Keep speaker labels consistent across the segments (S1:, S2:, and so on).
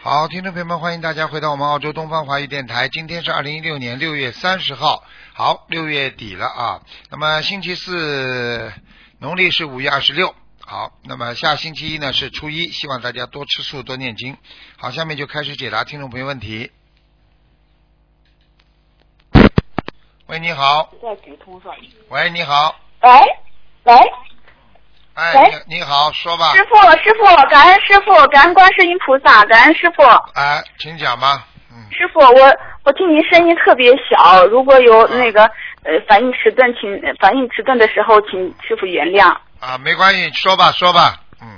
S1: 好，听众朋友们，欢迎大家回到我们澳洲东方华语电台。今天是二零一六年六月三十号，好，六月底了啊。那么星期四，农历是五月二十六。好，那么下星期一呢是初一，希望大家多吃素，多念经。好，下面就开始解答听众朋友问题。喂，你好。
S2: 在给通上。
S1: 喂，你好。
S2: 喂喂，
S1: 哎
S2: 喂，
S1: 你你好，说吧。
S2: 师傅师傅，感恩师傅，感恩观世音菩萨，感恩师傅。
S1: 哎，请讲吧。嗯，
S2: 师傅，我我听您声音特别小，如果有那个呃反应迟钝，请呃反应迟钝的时候，请师傅原谅。
S1: 啊，没关系，说吧，说吧。嗯，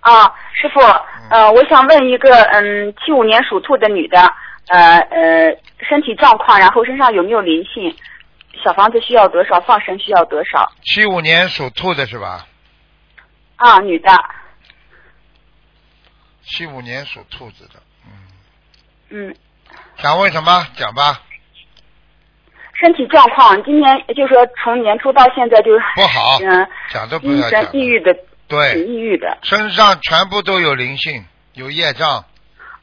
S2: 啊，师傅，呃，我想问一个，嗯，七五年属兔的女的，呃呃，身体状况，然后身上有没有灵性？小房子需要多少？放生需要多少？
S1: 七五年属兔的是吧？
S2: 啊，女的，
S1: 七五年属兔子的，嗯，
S2: 嗯，
S1: 想问什么？讲吧。
S2: 身体状况，今年就是说从年初到现在就是
S1: 不好，
S2: 嗯，
S1: 讲都不
S2: 精
S1: 要讲。
S2: 神
S1: 哎
S2: 抑郁的，挺
S1: 对，
S2: 抑郁的。
S1: 身上全部都有灵性，有业障，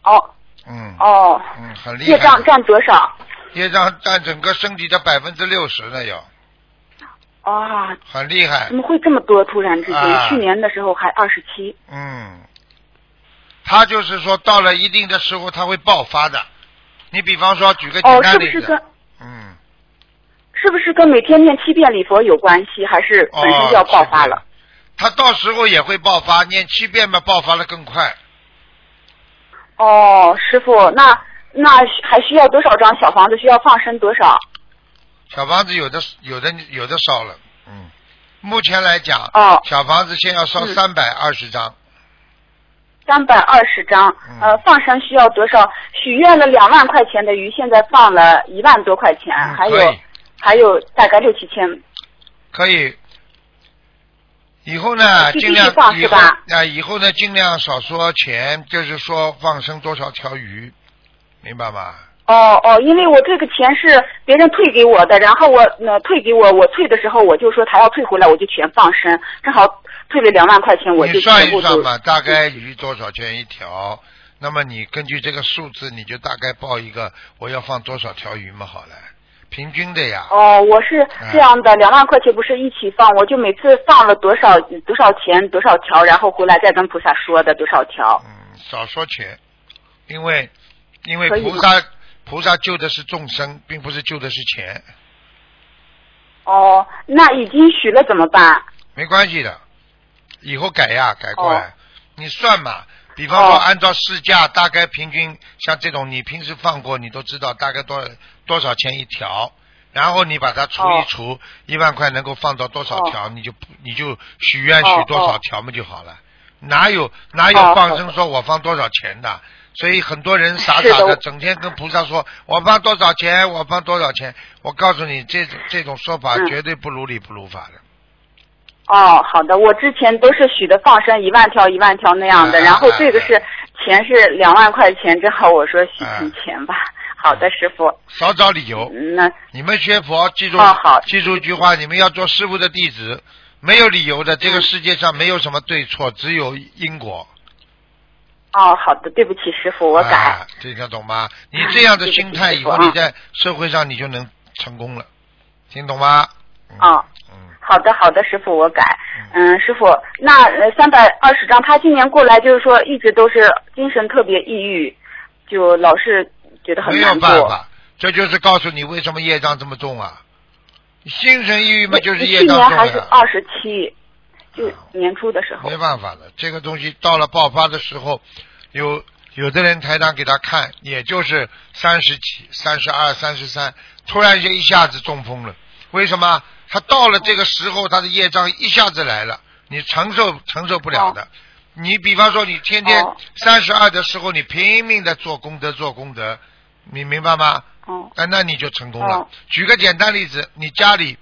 S2: 哦
S1: 嗯
S2: 哦，
S1: 嗯，很厉害
S2: 业
S1: 的。
S2: 障占多少？
S1: 业障占整个身体的百分之六十呢，有，
S2: 啊，
S1: 很厉害
S2: 怎。么会这么多？突然之间，
S1: 啊
S2: 去年的时候还二十七。
S1: 嗯，他就是说到了一定的时候，他会爆发的。你比方说，举个简
S2: 哦，
S1: 单
S2: 是不
S1: 例
S2: 是
S1: 子，
S2: 跟
S1: 嗯，
S2: 是不是跟每天念七遍礼佛有关系？还是
S1: 哦
S2: 本身就要爆发了？
S1: 他到时候也会爆发，念七遍嘛，爆发的更快。
S2: 哦，师傅，那那还需要多少张小房子？需要放生多少？
S1: 小房子有的有的有的烧了，嗯，目前来讲，
S2: 哦，
S1: 小房子先要烧
S2: 嗯
S1: 三百二十张，
S2: 三百二十张
S1: 嗯。
S2: 呃，放生需要多少？许愿了两万块钱的鱼，现在放了一万多块钱，
S1: 嗯
S2: 啊还有
S1: 可以
S2: 还有大概六七千。
S1: 可以。以后呢，
S2: 继续
S1: 尽量
S2: 去放
S1: 以
S2: 是
S1: 后
S2: 吧
S1: 啊、以后呢，尽量少说钱，就是说放生多少条鱼，明白吗？
S2: 哦哦，因为我这个钱是别人退给我的，然后我呃退给我，我退的时候我就说他要退回来，我就全放生，正好退了两万块钱，我就
S1: 你算
S2: 全
S1: 一
S2: 部
S1: 算
S2: 都
S1: 嘛，大概鱼多少钱一条？那么你根据这个数字，你就大概报一个我要放多少条鱼嘛，好了，平均的呀。
S2: 哦，我是
S1: 嗯
S2: 这样的，两万块钱不是一起放，我就每次放了多少多少钱多少条，然后回来再跟菩萨说的多少条。
S1: 嗯，少说钱，因为因为
S2: 可以
S1: 菩萨菩萨救的是众生，并不是救的是钱，
S2: 哦，那已经许了怎么办？
S1: 没关系的，以后改呀，改过来，
S2: 哦
S1: 你算嘛。比方说，
S2: 哦
S1: 按照市价大概平均，像这种你平时放过，你都知道大概多多少钱一条，然后你把它除一
S2: 哦
S1: 除，一万块能够放到多少条，你就不你就许愿
S2: 哦
S1: 许多少
S2: 哦
S1: 条嘛就好了。哪有哪有
S2: 哦
S1: 放生说我放多少钱的？所以很多人傻
S2: 是
S1: 傻
S2: 的
S1: 的，
S2: 我
S1: 整天跟菩萨说我放多少钱，我放多少钱。我告诉你，这种这种说法
S2: 嗯
S1: 绝对不如理不如法的。
S2: 哦，好的，我之前都是许的放生一万条一万条那样的，
S1: 哎
S2: 然后
S1: 哎
S2: 这个是
S1: 哎
S2: 钱是两万块钱，正好我说许
S1: 哎
S2: 提钱吧。好
S1: 嗯
S2: 的，师傅，
S1: 少找理由。
S2: 嗯那
S1: 你们学佛，记住、
S2: 哦好
S1: 记住一句话，你们要做师傅的弟子，没有理
S2: 嗯
S1: 由的。这个世界上没有什么对错，只有因果。
S2: 哦，好的，对不起，师傅，我改。
S1: 啊、这条懂吗？你这样的心态，
S2: 对
S1: 以
S2: 不
S1: 后
S2: 起师傅
S1: 你在社会上你就能成功了，听懂吗？嗯
S2: 哦
S1: 嗯，
S2: 好的，好的，师傅，我改。嗯，师傅，那呃三百二十张，他今年过来就是说一直都是精神特别抑郁，就老是觉得很
S1: 没有
S2: 难
S1: 办
S2: 过。
S1: 法，这就是告诉你为什么业障这么重啊。精神抑郁嘛，就是业
S2: 去
S1: 障
S2: 年
S1: 重
S2: 还是
S1: 呀、
S2: 二十七，就年初的时候
S1: 嗯没。办法的，这个东西到了爆发的时候，有有的人台长给他看，也就是三十几、三十二、三十三，突然就一下子中风了。为什么？他到了这个时候，他的业障一下子来了，你承受承受不了的。你比方说，你天天
S2: 哦
S1: 三十二的时候，你拼命的做功德，做功德，你明白吗？
S2: 哦
S1: 啊，那你就成功了。
S2: 哦
S1: 举个简单例子，你家里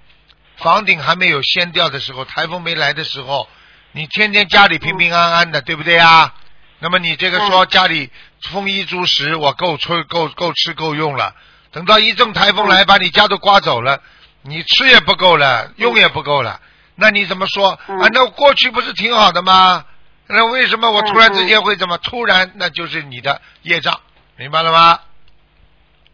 S1: 房顶还没有掀掉的时候，台风没来的时候，你天天家里平平安安的，对不对啊？
S2: 嗯
S1: 那么你这个说家里丰衣足食，我够吃够够吃够用了。等到一阵台风来，把你家都刮走了，你吃也不够了，用也不够了，那你怎么说？
S2: 嗯
S1: 啊，那过去不是挺好的吗？那为什么我突
S2: 嗯
S1: 然之间会这么？突然，那就是你的业障，明白了吗？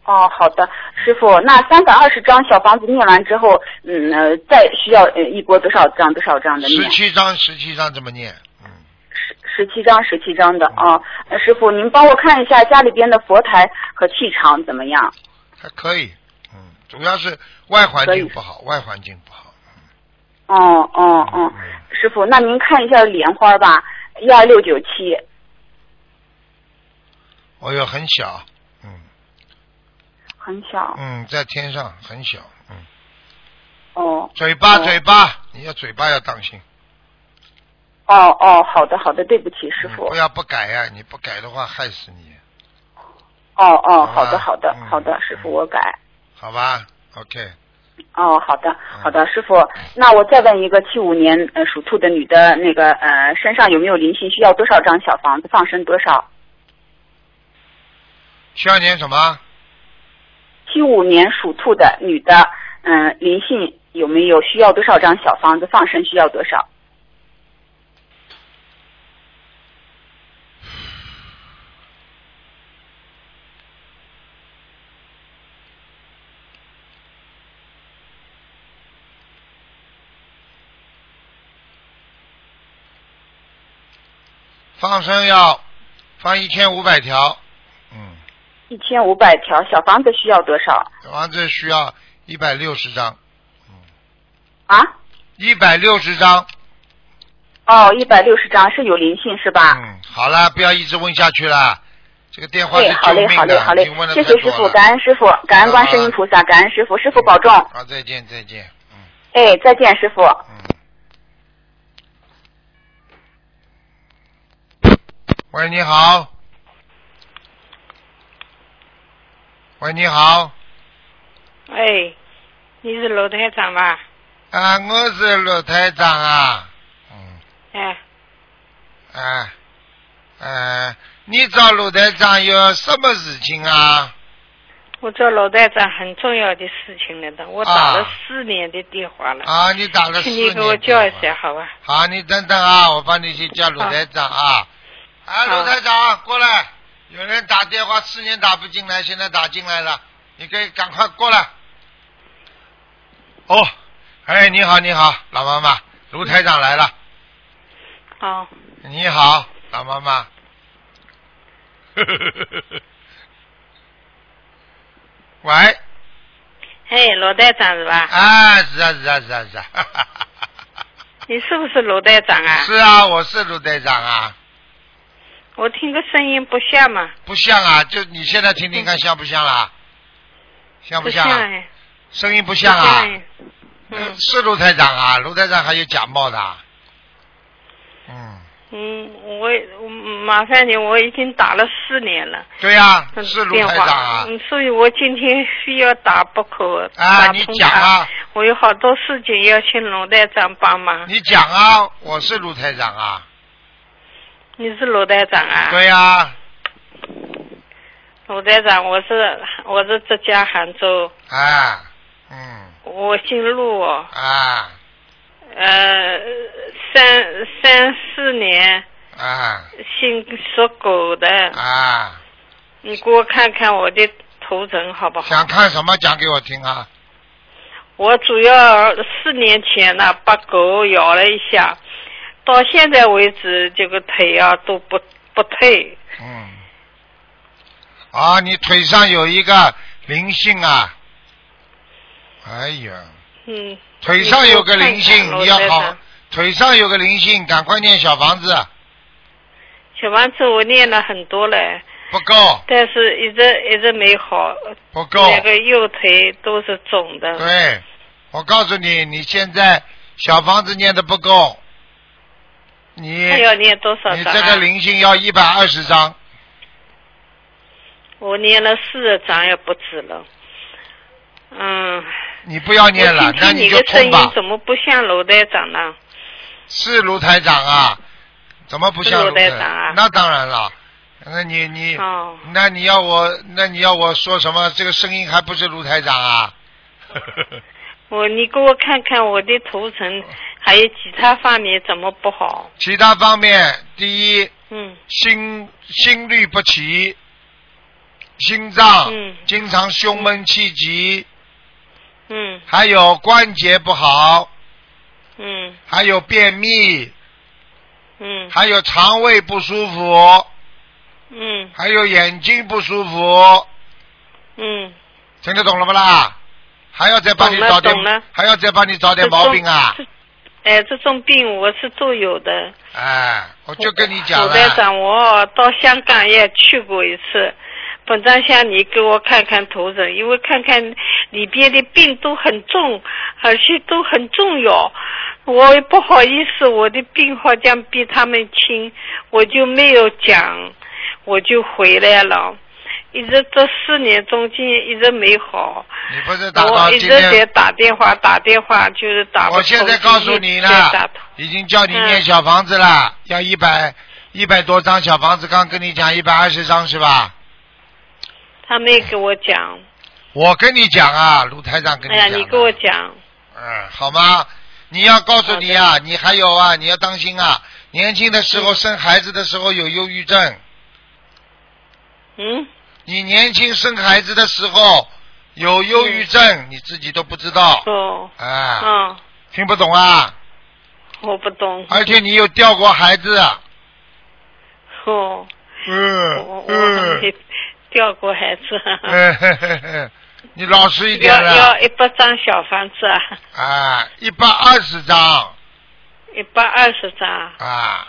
S2: 哦，好的，师傅，那三百二十张小房子念完之后，嗯，呃、再需要呃一波多少张多少张的
S1: 十
S2: 念？
S1: 七章，十七章这么念，嗯，
S2: 十十七张，十七张的啊、呃师傅，您帮我看一下家里边的佛台和气场怎么样？
S1: 还可以，嗯，主要是外环
S2: 可以
S1: 境不好，外环境不好。嗯
S2: 哦哦哦，师傅，那您看一下莲花吧，一二六九七，
S1: 哦哟，很小，嗯
S2: 很小
S1: 嗯，在天上很小，嗯，
S2: 哦
S1: 嘴巴
S2: 哦
S1: 嘴巴，你要嘴巴要当心，
S2: 哦哦，好的好的，对不起师
S1: 嗯
S2: 傅，
S1: 不要不改呀、你不改的话害死你，
S2: 哦
S1: 好
S2: 哦，好
S1: 吧
S2: 的好的
S1: 嗯
S2: 好的，师傅我改。
S1: 好吧？OK，
S2: 哦，好的，
S1: 嗯
S2: 好的，师傅。那我再问一个，七五年呃属兔的女的，那个呃身上有没有灵性？需要多少张小房子？放生多少？
S1: 需要念什么？
S2: 七五年属兔的女的，嗯、灵性有没有？需要多少张小房子？放生需要多少？
S1: 放生要放一千五百条，嗯，
S2: 一千五百条小房子需要多少
S1: 完这需要一百六十张，
S2: 啊？
S1: 一百六十张，
S2: 哦，一百六十张是有灵性是吧？
S1: 嗯，好了，不要一直问下去了，这个电话
S2: 对，
S1: 是
S2: 好
S1: 嗯救
S2: 嘞，
S1: 命
S2: 好嘞，好
S1: 的，已
S2: 嘞
S1: 经问，的
S2: 谢
S1: 太
S2: 谢师
S1: 多
S2: 傅，
S1: 了。嗯
S2: 感恩师傅，感恩观世音菩萨，感恩师傅，师傅保重。
S1: 好，再见，再见，嗯。
S2: 哎，再见，师傅。
S1: 嗯喂，你好。喂，你好。
S3: 哎，你是楼台长吧？
S1: 啊，我是陆台长啊。嗯。
S3: 哎，
S1: 啊。啊，你找陆台长有什么事情啊？
S3: 我找楼台长很重要的事情来的，我打了四年的电话了，
S1: 啊，你打了四
S3: 请
S1: 年
S3: 你给我叫一下，。好吧？
S1: 好，你等等啊，我帮你去叫鲁台长啊。啊，
S3: 好
S1: 鲁台长，过来，有人打电话，四年打不进来，现在打进来了，你可以赶快过来。哦，哎，你好，你好，老妈妈，卢台长来了。啊
S3: 哦，
S1: 你好，老妈妈。 喂，
S3: 哎，罗台长是吧？
S1: 啊，是啊，是啊，是啊，是 啊，
S3: 你是不是罗台长啊？
S1: 是啊，我是卢台长啊。
S3: 我听个声音不像嘛，
S1: 不像啊，就你现在听听看像不像啦？像
S3: 嗯不
S1: 像、啊？
S3: 哎，
S1: 声音不
S3: 不
S1: 像啊？
S3: 哎嗯
S1: 是卢台长啊，卢台长还有假冒的啊。嗯，
S3: 嗯，我我麻烦你，我已经打了四年了。
S1: 对呀、
S3: 嗯
S1: 是卢
S3: 电
S1: 台
S3: 话，
S1: 长啊。
S3: 嗯，所以我今天非要打不可。
S1: 啊
S3: 打
S1: 你
S3: 通
S1: 讲
S3: 它
S1: 啊！
S3: 我有好多事情要请罗台长帮忙。
S1: 你讲啊，我是卢台长啊。
S3: 你是罗台长啊？
S1: 对呀、
S3: 罗台长，我是我是浙江杭州，
S1: 啊，嗯，
S3: 我姓陆哦，
S1: 啊
S3: 呃，三三四年
S1: 啊
S3: 姓属狗的，
S1: 啊，
S3: 你给我看看我的图腾好不好？
S1: 想看什么讲给我听啊？
S3: 我主要四年前呢把狗咬了一下，到现在为止这个腿啊都不不退，
S1: 嗯。啊，你腿上有一个灵性啊！哎呀，
S3: 嗯，
S1: 腿上有个灵
S3: 你
S1: 性，
S3: 给我看看
S1: 你要
S3: 罗台
S1: 好
S3: 长。
S1: 腿上有个灵性，赶快念小房子，
S3: 小房子我念了很多了，
S1: 不够，
S3: 但是一直一直没好，
S1: 不够。
S3: 两个右腿都是肿的。
S1: 对，我告诉你，你现在小房子念的不够，你
S3: 还要念多少
S1: 你
S3: 章、
S1: 这个
S3: 啊？
S1: 灵性要一百二十张，
S3: 我念了四十章也不止了。嗯，
S1: 你不要念了那
S3: 我，听听
S1: 你
S3: 你
S1: 就
S3: 的声
S1: 冲
S3: 音
S1: 吧。
S3: 怎么不像楼台长呢？
S1: 是卢台长啊？怎么不像
S3: 是
S1: 卢
S3: 卢台长啊
S1: 那当然了，那你你、
S3: 哦，
S1: 那你要我那你要我说什么？这个声音还不是卢台长啊？
S3: 我你给我看看我的图层还有其他方面怎么不好？
S1: 其他方面，第一，
S3: 嗯
S1: 心心律不齐，心脏、
S3: 嗯
S1: 经常胸闷气急，
S3: 嗯
S1: 还有关节不好，
S3: 嗯
S1: 还有便秘，
S3: 嗯
S1: 还有肠胃不舒服，
S3: 嗯
S1: 还有眼睛不舒服，
S3: 嗯，
S1: 听得懂了不啦？还要再帮你
S3: 懂了
S1: 找点
S3: 懂了，
S1: 还要再帮你找点毛病啊
S3: 这！种！这哎，这种病我是都有的。
S1: 哎，我就跟你讲
S3: 鲁台
S1: 了，
S3: 长，我到香港也去过一次。本站像你给我看看图纸，因为看看里边的病都很重，而且都很重要。我也不好意思，我的病好像比他们轻，我就没有讲，我就回来了。一直这四年中间一直没好，
S1: 你不是打到
S3: 我一
S1: 今
S3: 直
S1: 天
S3: 在打电话打电话，就是打不通。
S1: 我现在告诉你
S3: 一直在打嗯
S1: 了，已经叫你念小房子了，要一百一百多张小房子，刚跟你讲一百二十张是吧？
S3: 他没给我讲。
S1: 我跟你讲啊，卢台长跟
S3: 哎
S1: 讲、
S3: 呀，你给我。讲，
S1: 嗯，好吗？你要告诉你啊，你还有啊，你要当心啊！年轻的时候生孩子的时候有忧郁症，
S3: 嗯，
S1: 你年轻生孩子的时候有忧郁症，你自己都不知道，
S3: 哦，
S1: 啊，
S3: 嗯，
S1: 听不懂啊！
S3: 我不懂，
S1: 而且你有掉过孩子，啊
S3: 哦，我
S1: 嗯
S3: 我
S1: 嗯
S3: 还。没掉过孩子，
S1: 哎 嘿嘿嘿，你老实一点啊
S3: 要
S1: 了
S3: 要一百张小房子啊，
S1: 啊，一百二十张
S3: 一百二十张，
S1: 啊，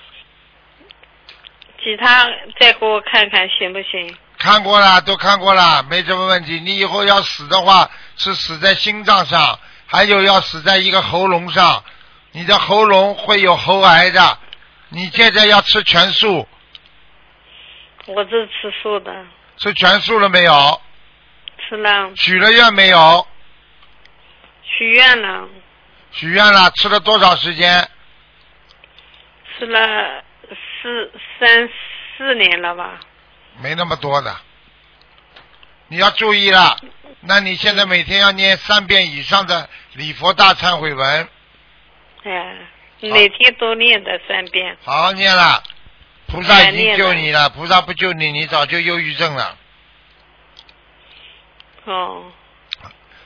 S3: 其他再给我看看行不行？
S1: 看过了，都看过了，没什么问题。你以后要死的话，是死在心脏上，还有要死在一个喉咙上，你的喉咙会有喉癌的。你现在要吃全素，
S3: 我是吃素的，
S1: 吃全素了没有？
S3: 吃了，
S1: 许了愿没有？
S3: 许愿了，
S1: 许愿了，吃了多少时间？
S3: 吃了四三四年了吧？
S1: 没那么多的，你要注意了。那你现在每天要念三遍以上的礼佛大忏悔文，啊
S3: 哎，每天都念的三遍，
S1: 好好念了。菩萨已经
S3: 哎念
S1: 救
S3: 了
S1: 你了，菩萨不救你，你早就忧郁症了。
S3: 哦，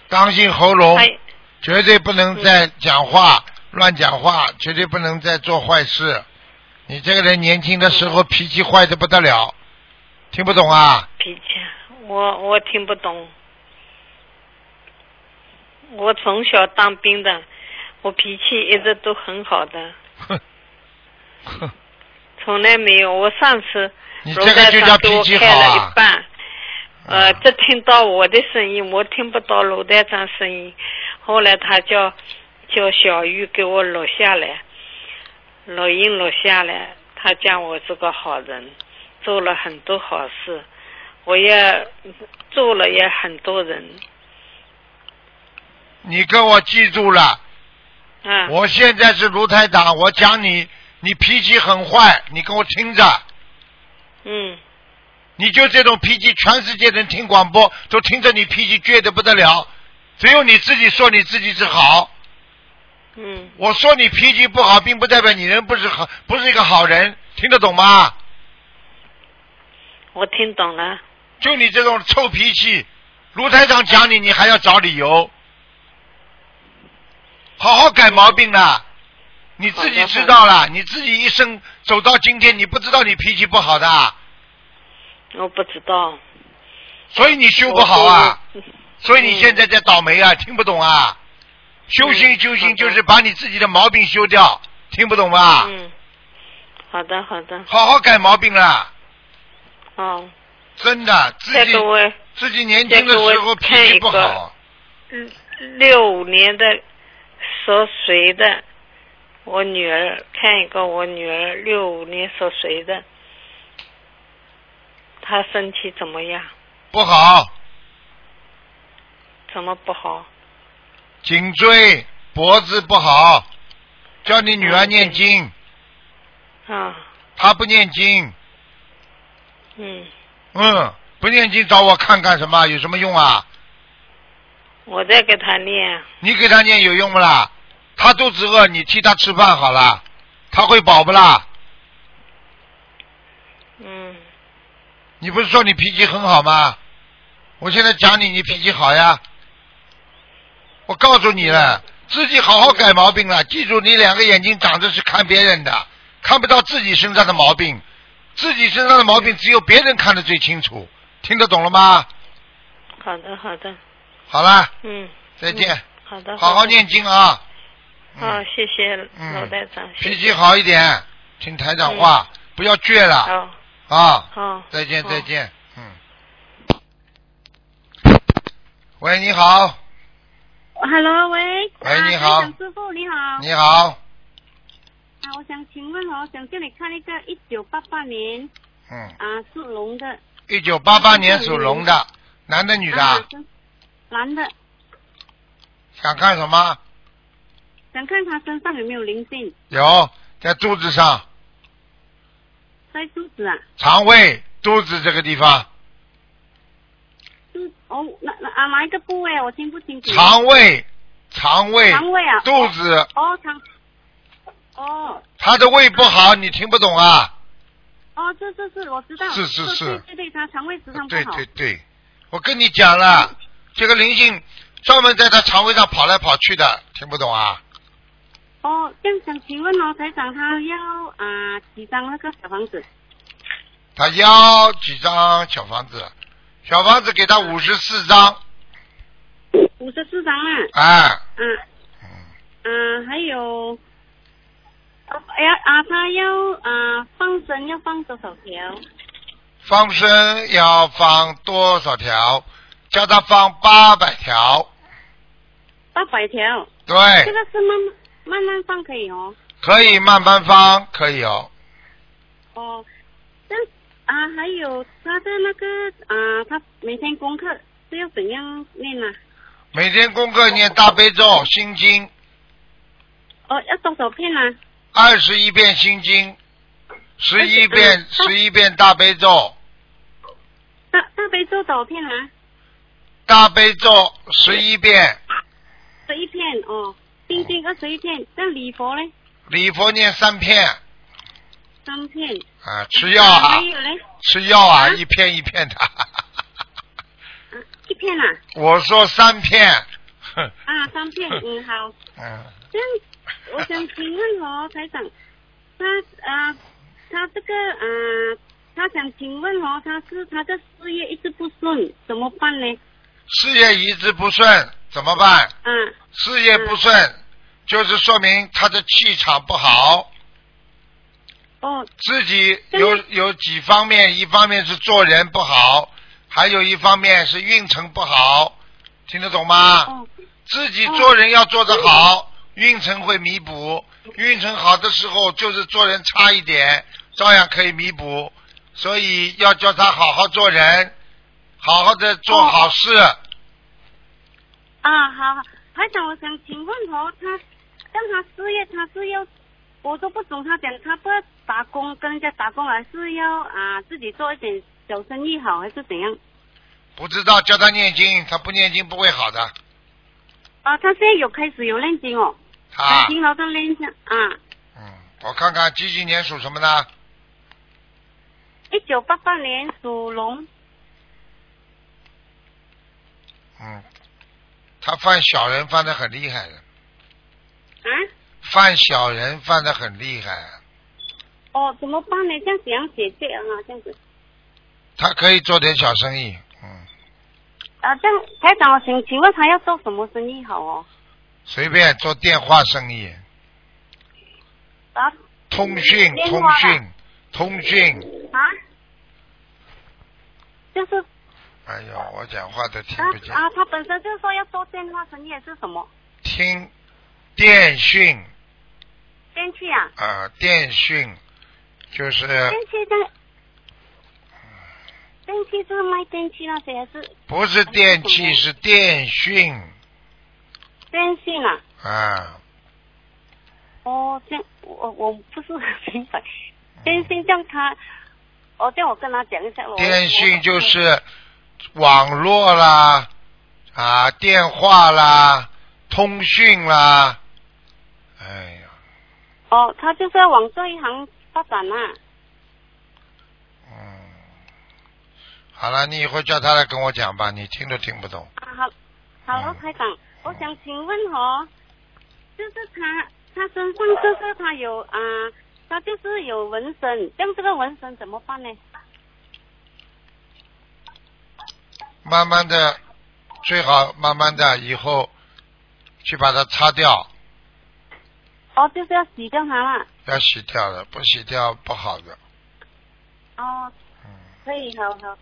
S1: 当心喉咙，
S3: 还
S1: 绝对不能再讲话，乱讲话，绝对不能再做坏事。你这个人年轻的时候脾气坏的不得了，听不懂啊？
S3: 脾气，我我听不懂。我从小当兵的，我脾气一直都很好的，
S1: 哼哼
S3: 从来没有。我上次
S1: 你
S3: 罗
S1: 这个
S3: 台
S1: 就
S3: 长
S1: 叫
S3: 给我
S1: 脾气
S3: 开
S1: 好
S3: 了
S1: 啊
S3: 一半，呃，
S1: 嗯
S3: 只听到我的声音，我听不到罗台长声音。后来他叫叫小玉给我录下来，录音录下来，他讲我是个好人，做了很多好事，我也做了也很多人，
S1: 你跟我记住了。
S3: 嗯，
S1: 我现在是卢台长，我讲你，你脾气很坏，你给我听着，
S3: 嗯
S1: 你就这种脾气，全世界人听广播都听着你脾气倔得不得了，只有你自己说你自己是好。
S3: 嗯，
S1: 我说你脾气不好，并不代表你人不是好，不是一个好人，听得懂吗？
S3: 我听懂了，
S1: 就你这种臭脾气，卢台长讲你，你还要找理由，好好改毛病啦。你自己知道了，你自己一生走到今天，你不知道你脾气不好的啊。
S3: 我不知道，
S1: 所以你修不好
S3: 哦
S1: 啊，所以你现在在倒霉啊，听不懂啊？修行
S3: 嗯
S1: 修
S3: 好
S1: 行
S3: 的
S1: 就是把你自己的毛病修掉，听不懂吧？
S3: 嗯，好的好的，
S1: 好好改毛病啦，
S3: 哦，
S1: 真的，自
S3: 再
S1: 己
S3: 给我
S1: 自己年轻的时
S3: 再给
S1: 候
S3: 我
S1: 脾气不
S3: 看一
S1: 好，
S3: 六五年的属谁的？我女儿看一个，我女儿六五年属谁的？她身体怎么样？
S1: 不好，
S3: 怎么不好？
S1: 颈椎、脖子不好，叫你女儿
S3: 嗯
S1: 念
S3: 对
S1: 经，
S3: 啊，
S1: 她不念经，
S3: 嗯，
S1: 嗯，不念经找我看干什么？有什么用啊？
S3: 我在给她念，
S1: 你给她念有用不啦？他肚子饿，你替他吃饭好了，他会饱不啦？
S3: 嗯，
S1: 你不是说你脾气很好吗？我现在讲你，你脾气好呀。我告诉你了，自己好好改毛病了。记住，你两个眼睛长着是看别人的，看不到自己身上的毛病。自己身上的毛病只有别人看得最清楚，听得懂了吗？
S3: 好的好的，
S1: 好了，
S3: 嗯，
S1: 再见，
S3: 好的，
S1: 好好
S3: 的。
S1: 念经啊。
S3: 啊，
S1: 嗯，
S3: 嗯谢谢
S1: 嗯
S3: 老队长，谢
S1: 脾
S3: 谢。
S1: 气好一点，听台长话，不要倔了
S3: 好，
S1: 啊。
S3: 好，
S1: 再见，
S3: 好
S1: 再。见。嗯。喂，你好，
S4: Hello，喂，
S1: 喂
S4: 啊
S1: 你好
S4: 台长师傅你好，啊，
S1: 你好，
S4: 我想请问哦，想叫你看一个一九八八年
S1: 嗯，
S4: 啊属龙的，
S1: 一九八八年属龙的，男的女的啊
S4: 啊，？是男的，
S1: 想看什么？
S4: 想看他身上有没有灵性，
S1: 有在肚子上、
S4: 在肚子啊，
S1: 肠胃、肚子这个地方，
S4: 肚哦，哪哪啊哪一个部位啊我听不清楚。
S1: 肠胃、肠胃、
S4: 肠胃啊，
S1: 肚子，
S4: 哦肠，哦
S1: 他的胃不好，你听不懂啊？
S4: 哦，这这是我知道，
S1: 是是是
S4: 对对对，他肠胃时常不
S1: 对
S4: 好，嗯
S1: 对对，我跟你讲了，这个灵性专门在他肠胃上跑来跑去的，听不懂啊？
S4: 哦，这样想请问哦，台长他要啊几张那个小房子？
S1: 他要几张小房子？小房子给他
S4: 嗯
S1: 五十四张，
S4: 五十四张啊，
S1: 哎，
S4: 嗯。
S1: 嗯，
S4: 嗯，还有，啊哎呀啊，他要啊放生要放多少条？
S1: 放生要放多少条？叫他放八百条，
S4: 八百条，这
S1: 对，
S4: 个是慢慢慢慢放可以哦。
S1: 可以慢慢放，可以哦。
S4: 哦，这啊还有他的那个啊，他每天功课是要怎样念啊呢、
S1: 每天功课念大悲咒、心经，
S4: 哦，要多少片呢、
S1: 二十一遍心经，十一遍
S4: 嗯好
S1: 十一遍大悲咒，
S4: 大大悲咒多少片啊？
S1: 大悲咒十一遍，
S4: 十一片哦，心经二十一片，那礼佛嘞
S1: 礼佛念三片，
S4: 三片。
S1: 啊，吃药啊
S4: 还，有嘞，
S1: 吃药啊，
S4: 啊
S1: 一片一片的。
S4: 啊一片啊，
S1: 我说三片，哼
S4: 啊三片，嗯好。
S1: 嗯，
S4: 这样，我想请问哦，台长，他啊，他这个啊，他想请问哦，他是他的事业一直不顺，怎么办呢？
S1: 事业一直不顺怎么办？
S4: 啊，
S1: 事业不
S4: 嗯
S1: 顺，就是说明他的气场不好，
S4: 哦，
S1: 自己有
S4: 嗯
S1: 有几方面，一方面是做人不好，还有一方面是运程不好，听得懂吗？
S4: 哦，
S1: 自己做人要做得好，运程会弥补。运程好的时候，就是做人差一点，照样可以弥补。所以要叫他好好做人，好好的做好事。
S4: 啊，好，好台长，我想请问哦，他让他事业，他是要，我都不懂，他讲他不要打工，跟人家打工，而是要啊自己做一点小生意好，还是怎样？
S1: 不知道叫他念经，他不念经不会好的。
S4: 啊，他现在有开始有念经哦，
S1: 他
S4: 很勤劳的念经啊，
S1: 嗯，我看看几几年属什么呢？
S4: 一九八八年属龙。
S1: 嗯，他犯小人犯的很厉害的，
S4: 啊？
S1: 犯小人犯的很厉害。
S4: 哦，怎么办呢？这样怎样解决啊？这样子
S1: 他可以做点小生意，嗯，
S4: 啊，这样台长，我请请问他要做什么生意好哦？
S1: 随便做电话生意。
S4: 啊
S1: 通讯，
S4: 电
S1: 通
S4: 话
S1: 讯，通讯。
S4: 啊，就是
S1: 哎呦，我讲话都听
S4: 啊
S1: 不见。
S4: 啊，他本身就是说要做电话生意还是什么？
S1: 听电讯
S4: 电器啊，
S1: 啊、电讯就是
S4: 电器这样，电器就是卖电器那些还是
S1: 不是电器
S4: 是什
S1: 是
S4: 么
S1: 电讯
S4: 电信啊？
S1: 啊，
S4: 哦，这样我我不是 很明白，电信这样他，哦，这样我跟他讲一下。我
S1: 电讯就是网络啦啊，电话啦，通讯啦哎呀，
S4: 哦，他就是要往这一行发展啊呐、
S1: 嗯，好了，你以后叫他来跟我讲吧，你听都听不懂。
S4: 啊，好，好
S1: 哎
S4: 了，台长，我想请问哦，就是他，他身上就是他有啊、他就是有纹身，像这个纹身怎么办呢？
S1: 慢慢的，最好慢慢的以后去把它擦掉，
S4: 哦，就是要洗掉它啦。
S1: 要洗掉的，不洗掉不好的。
S4: 哦，
S1: 嗯，
S4: 可以，好好。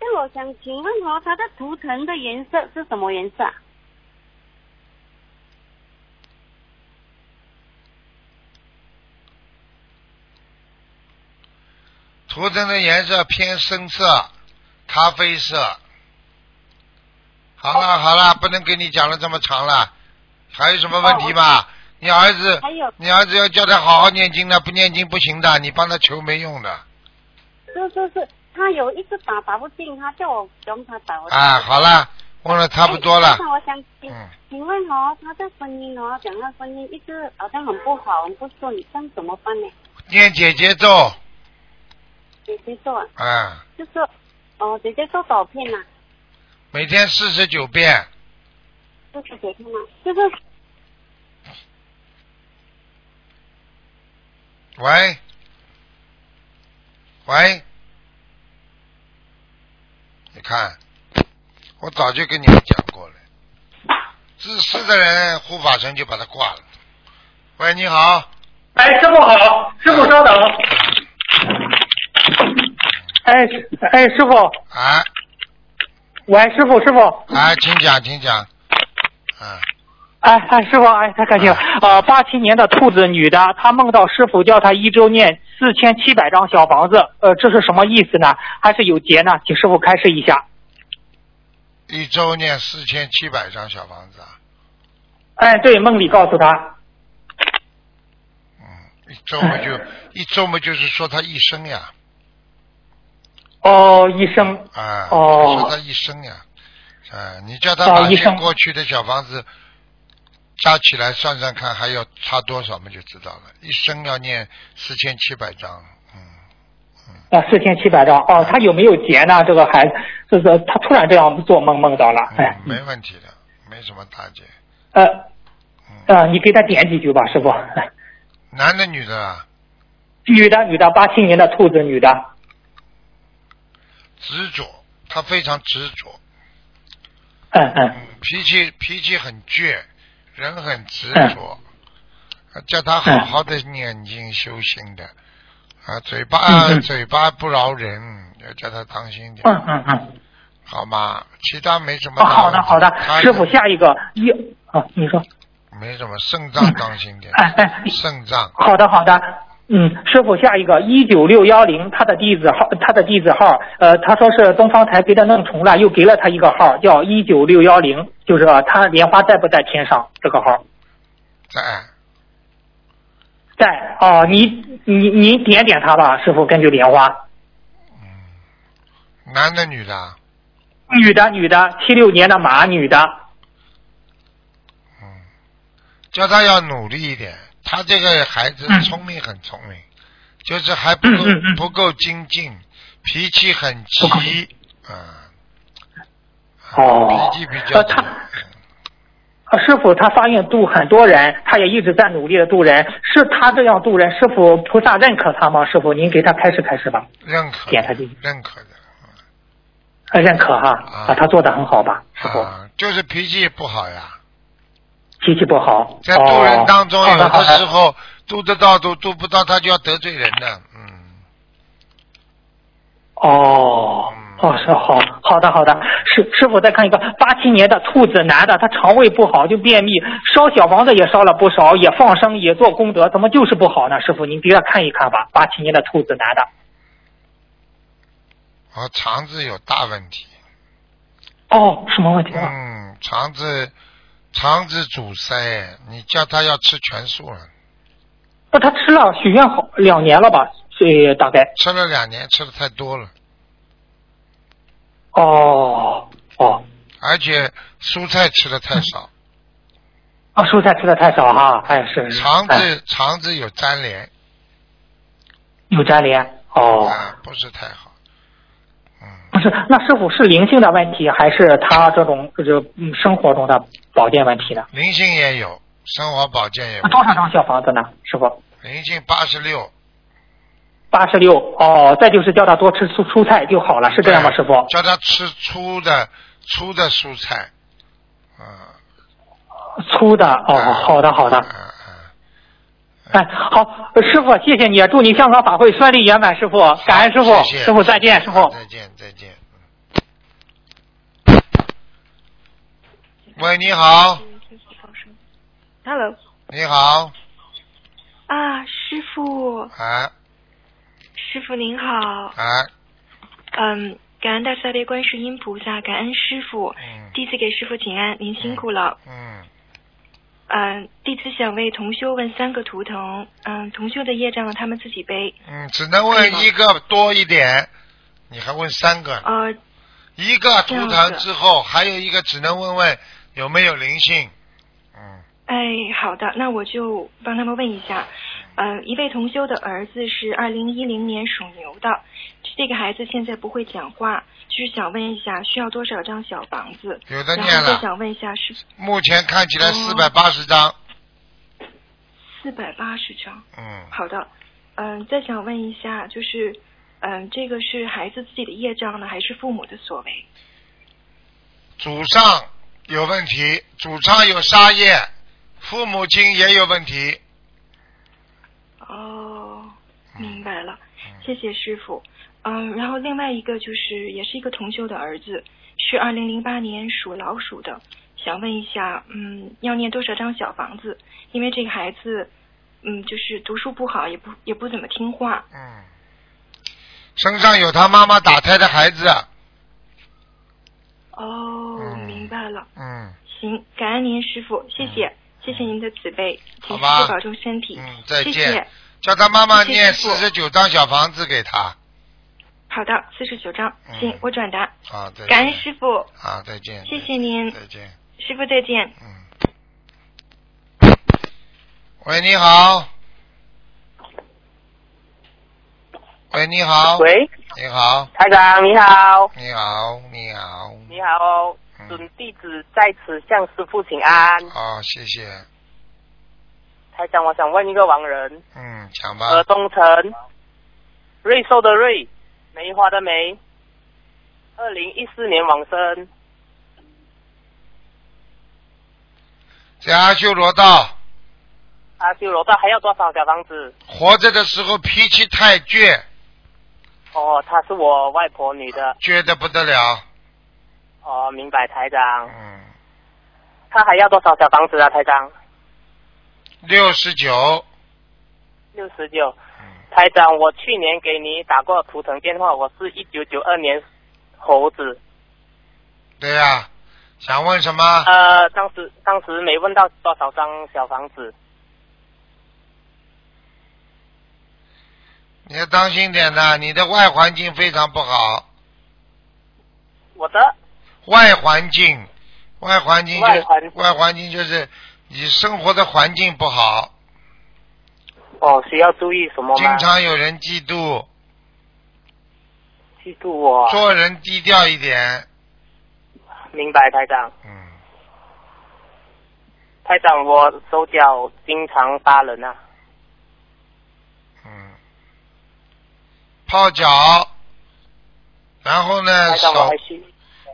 S4: 那我想请问哦，它的图腾的颜色是什么颜色啊？
S1: 图腾的颜色偏深色，咖啡色。好了好了，不能给你讲了这么长了，还有什么问题
S4: 哦
S1: 吗？你儿子，
S4: 还有，
S1: 你儿子要叫他好好念经的，不念经不行的，你帮他求没用
S4: 哦
S1: 的。
S4: 是是是，他有一直打打不进，他叫我帮他打。我就
S1: 啊，好了，问了差不多
S4: 哎
S1: 了
S4: 那。我想请
S1: 嗯，
S4: 请问哦，他的婚姻哦，讲到婚姻一直好像很不好，很不顺，这样怎么办呢？
S1: 念姐姐咒，
S4: 姐姐做，
S1: 啊，
S4: 就是哦，姐姐做照片呐、
S1: 每天四十九遍，
S4: 就是姐姐嘛，就是
S1: 喂，喂，你看，我早就跟你们讲过了，自私的人护法神就把他挂了。喂，你好，
S5: 哎，师傅好，师傅稍等。哎师哎，师傅，
S1: 啊
S5: 喂，师傅，师傅，
S1: 啊，请讲，请讲，啊，
S5: 哎哎，师傅，哎，太感谢了。呃，八七年的兔子女的，她梦到师傅叫她一周念四千七百张小房子，呃，这是什么意思呢？还是有劫呢？请师傅开示一下。
S1: 一周念四千七百张小房子啊，
S5: 哎，对，梦里告诉她。
S1: 一周嘛就一周嘛就是说他一生呀。
S5: 哦，医生，
S1: 啊，
S5: 哦
S1: 说他一生呀，啊，你叫他
S5: 哦
S1: 把
S5: 一
S1: 这
S5: 生
S1: 过去的小房子加起来算算看，还要差多少，我们就知道了。一生要念四千七百章，嗯，
S5: 啊，四千七百张。哦，她有没有劫呢？这个孩子，就是她突然这样做梦梦到了。哎
S1: 嗯，没问题的，没什么大劫。
S5: 呃
S1: 嗯，
S5: 呃，你给她点几句吧，师傅。哎
S1: 男的女的啊，
S5: 女的，女的，八七年的兔子女的。
S1: 执着，他非常执着，
S5: 嗯嗯，
S1: 嗯，脾气脾气很倔，人很执
S5: 嗯
S1: 着，啊叫他好好的念经修心的，啊，嘴巴
S5: 嗯嗯
S1: 嘴巴不饶人，要叫他当心点，
S5: 嗯嗯嗯，
S1: 好吗？其他没什么
S5: 哦，
S1: 大
S5: 好
S1: 问题、
S5: 的好的，
S1: 他
S5: 师傅下一个一啊，你说，
S1: 没什么肾脏当心点，
S5: 哎哎，
S1: 肾脏
S5: 好的好的，嗯，师傅下一个一九六幺零，他的地址号，他的地址号，呃，他说是东方台给他弄重了，又给了他一个号，叫一九六幺零，就是啊他莲花在不在天上这个号，
S1: 在
S5: 在哦，你你你点点他吧，师傅根据莲花，
S1: 男的女的啊，
S5: 女的女的，七六年的马女的，
S1: 叫他要努力一点。他这个孩子
S5: 嗯
S1: 聪明很聪明，就是还不够
S5: 嗯嗯嗯
S1: 不够精进，脾气很
S5: 不够
S1: 急，啊，
S5: 哦
S1: 脾气比较嗯
S5: 呃
S1: 急
S5: 他。啊，师傅他发愿度很多人，他也一直在努力的度人。是他这样度人，师傅菩萨认可他吗？师傅，您给他开始开始吧，
S1: 认可
S5: 点他进去
S1: 认可的
S5: 呃认可哈
S1: 啊，
S5: 啊，他做的很好吧，师傅，
S1: 啊，就是脾气不好呀，
S5: 脾气不好。
S1: 在度人
S5: 哦
S1: 当中，
S5: 好
S1: 有
S5: 的好
S1: 的时
S5: 的，
S1: 候度得到度，度不到他就要得罪人的，嗯。
S5: 哦
S1: 嗯
S5: 哦是好好的好的，师师傅再看一个八七年的兔子男的，他肠胃不好就便秘，烧小房子也烧了不少，也放生也做功德，怎么就是不好呢？师傅您给他看一看吧，八七年的兔子男的。
S1: 啊，肠子有大问题。
S5: 哦，什么问题？
S1: 嗯，肠子肠子阻塞，你叫他要吃全素了，
S5: 那他吃了许愿好两年了吧？呃，大概。
S1: 吃了两年，吃的太多了，
S5: 哦哦哦
S1: 而且蔬菜吃的太少。
S5: 啊，蔬菜吃的太少哈，哎是。是
S1: 肠
S5: 哎
S1: 子肠子有粘连
S5: 有粘连哦，
S1: 啊，不是太好。嗯，
S5: 不是，那师傅是灵性的问题，还是他这种就是嗯生活中的保健问题呢？
S1: 灵性也有，生活保健也有
S5: 那，啊多少张小房子呢，师傅？
S1: 灵性八十六，
S5: 八十六哦，再就是叫他多吃蔬蔬菜就好了，是这样吗，
S1: 对
S5: 师傅？
S1: 叫他吃粗的粗的蔬菜。啊，
S5: 粗的哦，好的好的，
S1: 啊啊，
S5: 哎，好，师傅谢谢你，啊祝你香港法会顺利圆满，师傅，感恩师傅，
S1: 谢谢
S5: 师傅再见，师
S1: 好
S5: 傅。
S1: 再见再见。喂，你好，
S6: Hello
S1: 你好，
S6: 啊，师傅，
S1: 啊
S6: 师傅您好，
S1: 啊，
S6: 嗯，感恩大慈大悲观世音菩萨，感恩师傅，
S1: 嗯
S6: 弟子给师傅请安，您辛苦了。
S1: 嗯，
S6: 嗯，弟子想为同修问三个图腾，嗯，同修的业障他们自己背。
S1: 嗯，只能问一个多一点，你还问三个呢？
S6: 呃，
S1: 一个图
S6: 这样
S1: 腾
S6: 子
S1: 之后，还有一个只能问问有没有灵性。嗯，
S6: 哎，好的，那我就帮他们问一下。呃，一位同修的儿子是二零一零年属牛的，这个孩子现在不会讲话，就是想问一下需要多少张小房子，
S1: 有的
S6: 然
S1: 念
S6: 后再
S1: 了，
S6: 想问一下是
S1: 目前看起来
S6: 哦
S1: 四百八十张。
S6: 四百八十张。
S1: 嗯，
S6: 好的，嗯，再想问一下，就是，嗯，这个是孩子自己的业障呢，还是父母的所为？
S1: 祖上有问题，祖上有杀业，父母亲也有问题。
S6: 哦，
S1: 嗯
S6: 明白了，
S1: 嗯
S6: 谢谢师傅。嗯，然后另外一个就是，也是一个同修的儿子，是二零零八年属老鼠的，想问一下，嗯，要念多少张小房子？因为这个孩子，嗯，就是读书不好，也不也不怎么听话。
S1: 嗯，身上有他妈妈打胎的孩子。
S6: 哦，
S1: 嗯
S6: 明白了。
S1: 嗯
S6: 行，感恩您师傅，谢谢，谢谢您的慈悲，
S1: 嗯
S6: 请
S1: 好
S6: 师
S1: 吧
S6: 傅保重身体，
S1: 嗯，再
S6: 谢
S1: 见。
S6: 谢。
S1: 叫他妈妈
S6: 谢谢
S1: 念
S6: 师
S1: 四
S6: 傅
S1: 十九张小房子给他。
S6: 好的，四十九章，
S1: 嗯
S6: 行，我转达，
S1: 啊，再见。
S6: 感恩师傅，
S1: 啊，再见。
S6: 谢谢您，
S1: 再见。
S6: 师傅再见。
S1: 嗯。喂，你好。喂，你好。
S7: 喂，
S1: 你好，
S7: 台长你好，
S1: 你好，你好。
S7: 你好，哦
S1: 嗯
S7: 准弟子在此向师父请安。
S1: 好，谢谢。
S7: 台长，我想问一个亡人，
S1: 嗯，讲吧。
S7: 何东城，瑞兽的瑞，梅花的梅，二零一四年往生，
S1: 在阿修罗道
S7: 阿修罗道还要多少小房子？
S1: 活着的时候脾气太倔，
S7: 哦，她是我外婆女的。
S1: 倔得不得了。
S7: 哦，明白，台长，
S1: 嗯，
S7: 她还要多少小房子啊？台长，
S1: 六十九。
S7: 六十九。
S1: 嗯，
S7: 台长，我去年给你打过图腾电话，我是一九九二年猴子。
S1: 对呀、想问什 么？
S7: 呃，当时当时没问到多少张小房子，
S1: 你要当心点呐，你的外环境非常不好。
S7: 我的
S1: 外环境，外环境就
S7: 外环
S1: 外环境就是你生活的环境不好，
S7: 哦，需要注意什么吗
S1: 经？常有人嫉妒，
S7: 记住我，
S1: 做人低调一点。
S7: 明白台长。
S1: 嗯，
S7: 台长，我手脚经常发冷啊，
S1: 嗯，泡脚，然后呢
S7: 台长我
S1: 手
S7: 还需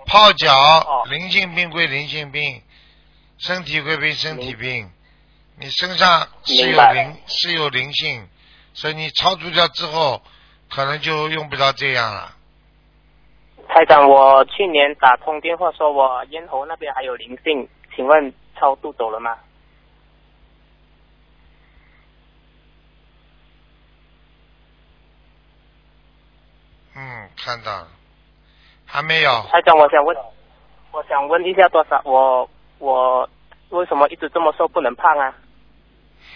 S1: 泡脚
S7: 哦，
S1: 灵性病归灵性病，身体归归身体病，你身上是
S7: 明
S1: 有
S7: 白
S1: 灵是有灵性，所以你超度掉之后，可能就用不着这样了。
S7: 台长，我去年打通电话说我咽喉那边还有灵性，请问超度走了吗？
S1: 嗯，看到了，还没 有。
S7: 台长，我想问，我想问一下多少？我我为什么一直这么瘦不能胖啊？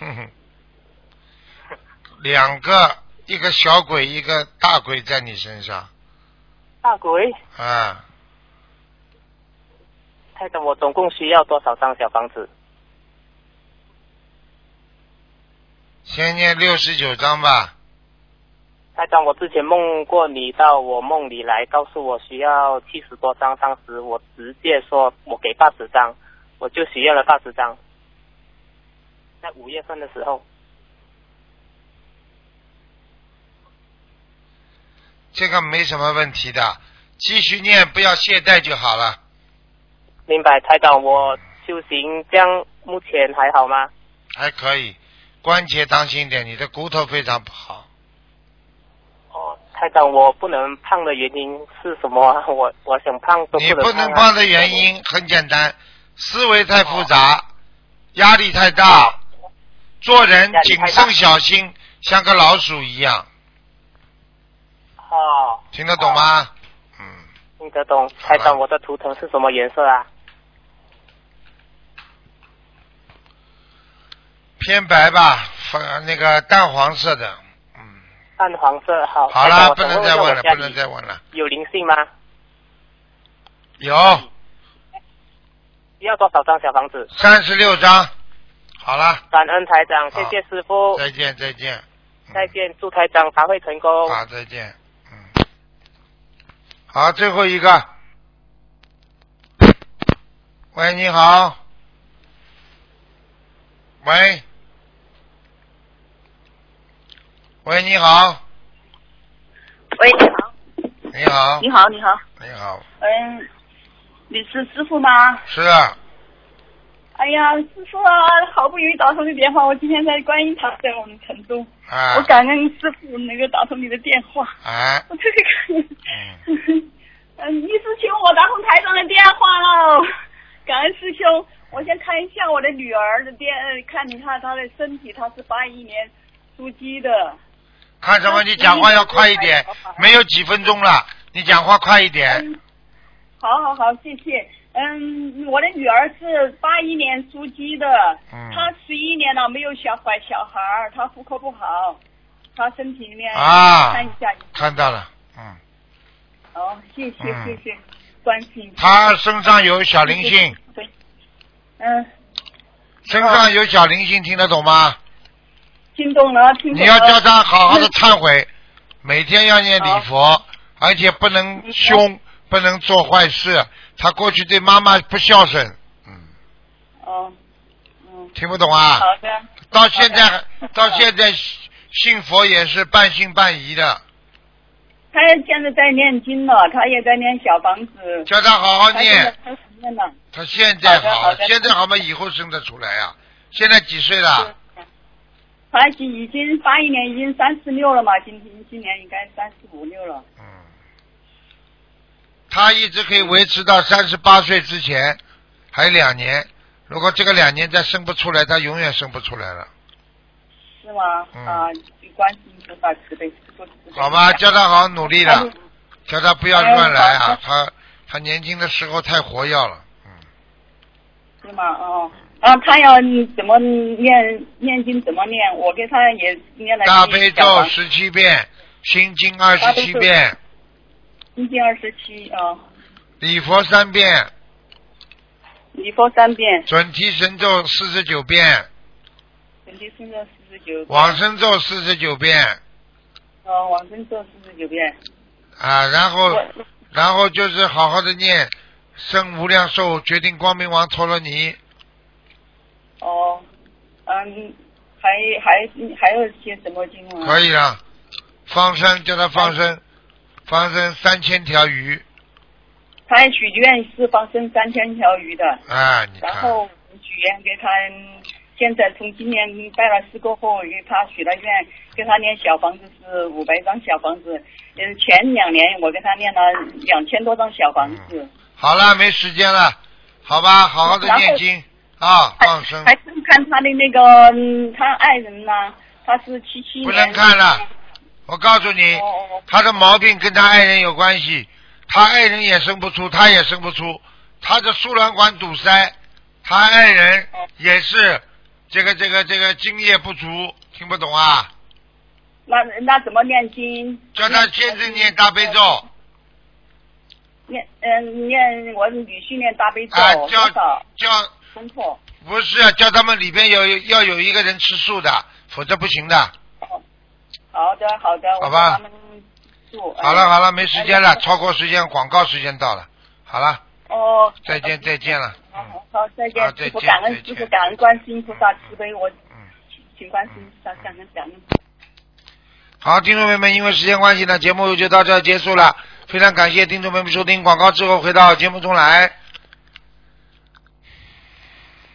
S1: 哼哼，两个，一个小鬼，一个大鬼在你身上
S7: 大鬼，
S1: 啊，
S7: 台长，我总共需要多少张小房子？
S1: 先念六十九章吧。
S7: 台长，我之前梦过你到我梦里来，告诉我需要七十多张，当时我直接说我给八十张，我就许愿了八十张。在五月份的时候，
S1: 这个没什么问题的，继续念，不要懈怠就好了。
S7: 明白台长，我修行这样目前还好吗？
S1: 还可以，关节当心点，你的骨头非常不好。
S7: 哦，台长，我不能胖的原因是什么啊？ 我我想胖都
S1: 你
S7: 不
S1: 不
S7: 能
S1: 能
S7: 啊
S1: 胖的原因很简单，思维太复
S7: 哦
S1: 杂，压力太大，做人
S7: 压力
S1: 谨
S7: 太大
S1: 慎小心，像个老鼠一样，
S7: 哦，
S1: 听得懂吗？嗯，
S7: 听得懂。
S1: 好
S7: 台
S1: 了
S7: 长，我的图腾是什么颜色啊？
S1: 偏白吧，粉那个淡黄色的。嗯，
S7: 暗黄色。好。
S1: 好
S7: 台长
S1: 了，
S7: 我
S1: 不
S7: 想
S1: 能
S7: 问
S1: 再
S7: 问
S1: 问
S7: 我
S1: 了，
S7: 家
S1: 不
S7: 里
S1: 能再问了。
S7: 有灵性吗？
S1: 有
S7: 需要多少张小房子？
S1: 三十六章，好了，
S7: 感恩台长，
S1: 好
S7: 谢谢师傅，
S1: 再见再见。嗯
S7: 再见，祝台长发挥成功。
S1: 好，再见。嗯，好，最后一个。喂，你好。喂。喂，你好。
S8: 喂，你好，
S1: 你好。
S8: 你好，你好，
S1: 你好。
S8: 嗯，你是师傅吗？
S1: 是啊，
S8: 哎呀，师傅啊，好不容易打通你电话，我今天在观音堂，在我们成都，
S1: 哎
S8: 我，感恩师傅能够打通你的电话，
S1: 哎，
S8: 我特别感恩。嗯，你师兄，我打通台长的电话喽，感恩师兄。我先看一下我的女儿的电，呃看一下她的身体，她是八一年属鸡的。
S1: 看什么？你讲话要快一点，没有几分钟了，你讲话快一点。
S8: 嗯，好好好，谢谢。嗯，我的女儿是八一年属鸡的，
S1: 嗯
S8: 她十一年了没有小怀小孩儿，她妇科不好，她身体里面
S1: 啊
S8: 看一下。
S1: 看到了，嗯，
S8: 哦，谢谢
S1: 嗯
S8: 谢谢，关心。
S1: 他身上有小灵性，
S8: 对，嗯，
S1: 身上有小灵性，听得懂吗？
S8: 哦听懂了，听懂了。
S1: 你要叫他好好的忏悔，每天要念礼佛，而且不
S8: 嗯
S1: 能凶，不能做坏事。他过去对妈妈不孝顺，嗯，
S8: 哦，嗯，
S1: 听不懂啊
S8: 好？的，
S1: 到现在
S8: 好的
S1: 到现在信佛也是半信半疑的，
S8: 她现在在念经了，她也在念小房子，
S1: 叫他好好
S8: 她现在
S1: 念。
S8: 开始念了。
S1: 他现在
S8: 好的好的
S1: 现在好嘛，以后生得出来呀、现在几岁了？
S8: 她已经已经八一年已经三十六了嘛，今今今年应该三十五六了。
S1: 嗯，他一直可以维持到三十八岁之前，还有两年。如果这个两年再生不出来，他永远生不出来了。
S8: 是吗？
S1: 嗯
S8: 啊，关心菩萨慈悲，多慈悲啊
S1: 好吧，叫他好好努力了，叫他不要乱来
S8: 嗯哎好
S1: 啊
S8: 的！
S1: 他他年轻的时候太活跃了，嗯，
S8: 是吗？哦，啊，他要怎么念念经怎么念？我给他也念了
S1: 大悲
S8: 小
S1: 咒
S8: 房
S1: 十七遍，心经二十七遍，
S8: 心经二十七啊，
S1: 礼佛三遍，
S8: 礼佛三遍，
S1: 准提神咒四十九遍，
S8: 准提圣咒四十九，
S1: 往生咒四十九遍
S8: 呃，往生咒四十九遍。
S1: 啊，然后
S8: 我
S1: 然后就是好好的念《生无量寿决定光明王陀罗尼》，
S8: 哦，嗯，还还还有些什么经文啊？
S1: 可以了。放生叫他放生，放生三千条鱼
S8: 他还许愿是放生三千条鱼的。
S1: 啊！你
S8: 然
S1: 看，
S8: 后许愿给他，嗯现在从今年拜了师过后，给他许了愿，给他念小房子是五百张小房子。嗯，前两年我给他念了两千多张小房子，
S1: 好了，没时间了，好吧，好好的
S8: 然后
S1: 念经啊，
S8: 还
S1: 放生
S8: 还看不看他的那个、嗯他爱人呐、他是七七年。
S1: 不能看了。我告诉你，
S8: 哦哦
S1: 他的毛病跟他爱人有关系，他爱人也生不出，他也生不出，他的输卵管堵塞，他爱人也是这个这个这个精液不足，听不懂啊？
S8: 那那怎么念经？哦
S1: 叫他先生念大悲咒，
S8: 念嗯念我女婿念大悲咒
S1: 啊，
S8: 多
S1: 叫
S8: 少
S1: 叫啊
S8: 功课？
S1: 不是叫他们里边有要有一个人吃素的，否则不行的。
S8: 好的，好的，我
S1: 好吧
S8: 帮他们做。
S1: 好了
S8: 哎
S1: 好了，没时间
S8: 哎
S1: 了，超过时间，广告时间到了，好了，
S8: 哦，
S1: 再见再见了，
S8: 好
S1: 嗯
S8: 好好，再见
S1: 啊，
S8: 师傅，
S1: 再见
S8: 感恩
S1: 再
S8: 师
S1: 见
S8: 傅，感恩观世音菩萨慈悲，我
S1: 嗯。
S8: 请观世音菩萨感恩感恩。
S1: 好，听众朋友们，因为时间关系呢，节目就到这儿结束了。非常感谢听众朋友们收听广告之后回到节目中来。